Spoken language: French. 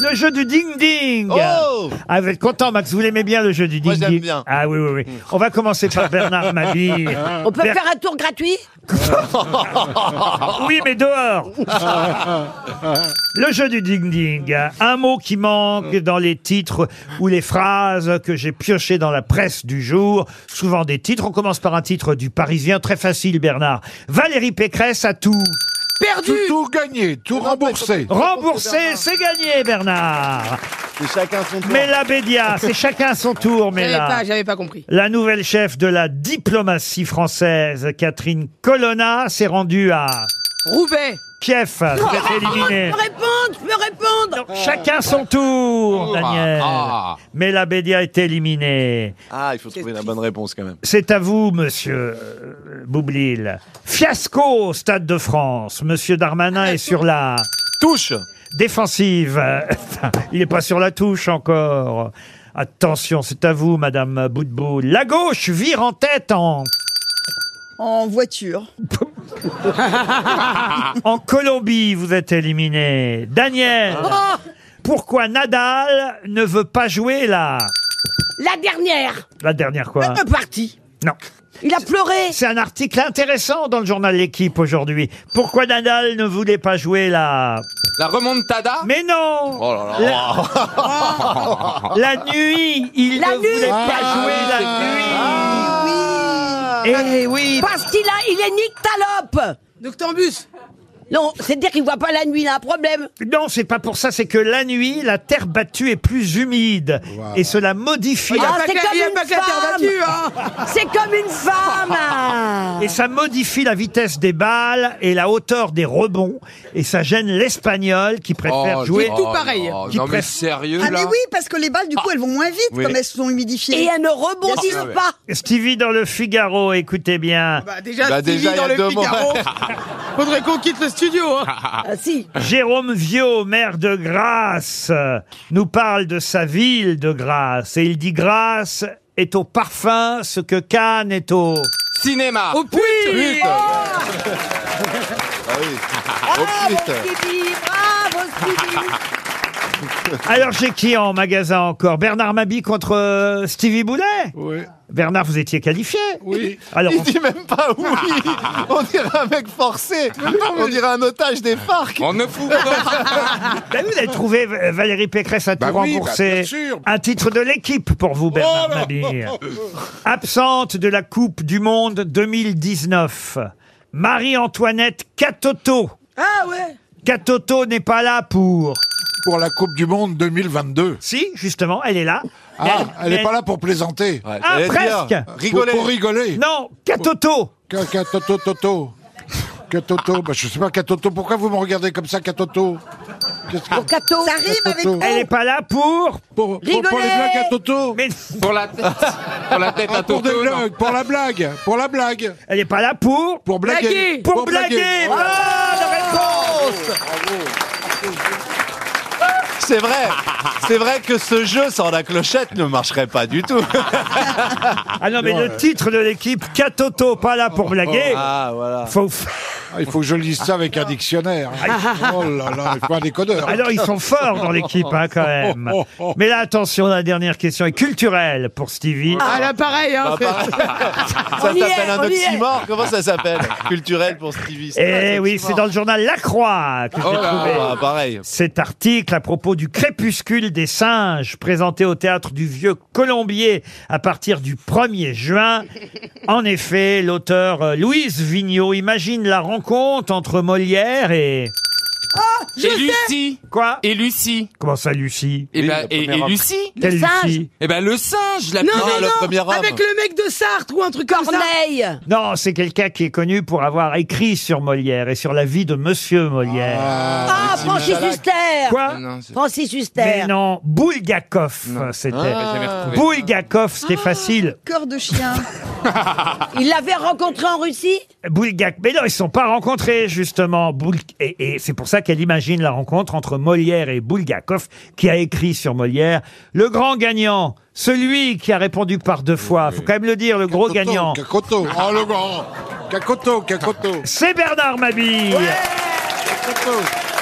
le jeu du ding-ding. Oh ah, vous êtes content, Max Vous l'aimez bien, le jeu du Moi, ding-ding j'aime bien. Ah oui, oui, oui. On va commencer par Bernard Mabille. On peut Ber- faire un tour gratuit Oui, mais dehors Le jeu du ding-ding. Un mot qui manque dans les titres ou les phrases que j'ai piochées dans la presse du jour. Souvent des titres. On commence par un titre du Parisien. Très facile, Bernard. Valérie Pécresse a tout. Tout, tout gagné, tout remboursé. Remboursé, Oh, c'est gagné, Bernard Et chacun son tour. Mella Bédia, c'est chacun son tour, J'avais Mella. pas, j'avais pas compris. La nouvelle chef de la diplomatie française, Catherine Colonna, s'est rendue à Roubaix, Kiev. Vous êtes éliminée. Je peux répondre, je peux répondre Chacun son tour, Daniel. ah. Mais la Bédia est éliminée. Ah, il faut trouver la bonne réponse quand même. C'est à vous, monsieur euh, Boublil. Fiasco au Stade de France. Monsieur Darmanin est sur la Touche défensive. Il n'est pas sur la touche encore. Attention, c'est à vous, madame Boutbou. La gauche vire en tête en, En voiture. en Colombie. Vous êtes éliminé. Daniel, Ah. Oh, pourquoi Nadal ne veut pas jouer la, La dernière la dernière quoi Un parti Non. Il a pleuré C'est un article intéressant dans le journal L'équipe aujourd'hui. Pourquoi Nadal ne voulait pas jouer la... La remontada Mais non Oh là là. La nuit Il La ne voulait nuit. pas Ah, jouer la Ah. nuit Eh oui Parce qu'il a, il est nique talope Noctambus, Non, c'est-à-dire qu'il voit pas la nuit, il a un problème. Non, c'est pas pour ça, c'est que la nuit, la terre battue est plus humide. Et cela modifie... Ah, la- c'est pas que- comme il y a une pas que la terre femme. battue, hein. C'est comme une femme Et ça modifie la vitesse des balles et la hauteur des rebonds. Et ça gêne l'espagnol qui préfère Oh, jouer... oh tout là pareil. là. Qui Non mais préfère- sérieux Ah, là mais oui, parce que les balles, du coup, elles vont moins vite Oui. comme elles sont Et humidifiées. elles ne rebondissent Ah ouais. pas Stevie dans le Figaro, écoutez bien. bah déjà, Bah, Stevie déjà, il y dans a le deux mots. Figaro. Faudrait qu'on quitte le studio. hein. Ah, si Jérôme Viau, maire de Grasse, euh, nous parle de sa ville de Grasse. Et il dit Grasse est au parfum ce que Cannes est au... Cinéma Au puits Oh, Ah oui. Bravo Au pute. Stevie Bravo Stevie Alors j'ai qui en magasin encore Bernard Mabi contre euh, Stevie Boulet Oui. Bernard, vous étiez qualifié Oui. Alors, Il dit même pas oui On dirait un mec forcé On dirait un otage des FARC On ne fout pas bah, vous avez trouvé euh, Valérie Pécresse à tout Bah oui, bah, rembourser. bien sûr. Un titre de l'équipe pour vous, Bernard Oh là Mabille. Absente de la Coupe du Monde 2019, Marie-Antoinette Catoto. Ah ouais Catoto n'est pas là pour... Pour la Coupe du Monde 2022. Si, justement, elle est là. Mais Ah, elle mais n'est pas là pour plaisanter. Ouais, Ah, j'allais dire. presque. Rigolez Pour, pour rigoler. Non, Katoto Que- que toto, toto. Que toto. Bah, je sais pas, Katoto, pourquoi vous me regardez comme ça, Katoto Qu'est-ce que... Cato Ça rime avec Toto. Elle n'est pas là pour... Pour, pour, pour les Rigoler. blagues à Toto Mais Pour la tête. Pour la tête à Ah, Pour des Toto, non. blagues, pour la blague, pour la blague, elle n'est pas là pour... pour blaguer. Blaguer. Pour, blaguer, Oh. Bonne réponse C'est vrai C'est vrai que ce jeu sans la clochette ne marcherait pas du tout Ah non, mais le titre de l'équipe, Katoto, pas là pour blaguer. Ah, voilà Faut- Ah, Il faut que je lise ça avec un dictionnaire. Oh là là, il faut un décodeur. Ah, Alors, ils sont forts dans l'équipe, hein, quand même. Mais là, attention, la dernière question est culturelle pour Stevie. Ah là, pareil, hein. c'est- Ça On y est, s'appelle un on y est. oxymore Comment ça s'appelle Culturel pour Stevie Eh oui, c'est dans le journal La Croix que j'ai trouvé. Ah, pareil Cet article à propos du crépuscule des singes présenté au théâtre du Vieux Colombier à partir du 1er juin. En effet, l'auteur euh, Louise Vigneault imagine la rencontre entre Molière et... Et Lucie. Quoi Et Lucie. Comment ça, Lucie Et, Oui, bah, la et, première et homme. Lucie Quelle singe. Lucie Eh ben le singe, la Non, puce. le premier mais homme. non, avec le mec de Sarthe ou un truc comme ça. Corneille Non, c'est quelqu'un qui est connu pour avoir écrit sur Molière et sur la vie de Monsieur Molière. Ah, Francis Huster Quoi Non, c'est- Francis Mais Huster non, Bulgakov, Non. Ah. c'était. j'ai Ah. jamais retrouvé. Bulgakov, c'était facile. Corps de chien. Il l'avait rencontré en Russie Bulgakov. Mais non, ils ne sont pas rencontrés, justement. Boul- Et, et c'est pour ça qu'elle imagine la rencontre entre Molière et Bulgakov, qui a écrit sur Molière. Le grand gagnant, celui qui a répondu par deux fois, faut quand même le dire, le gros Toto, gagnant, Kakoto. Oh le grand. Kakoto, Kakoto. c'est Bernard Mabille. Kakoto.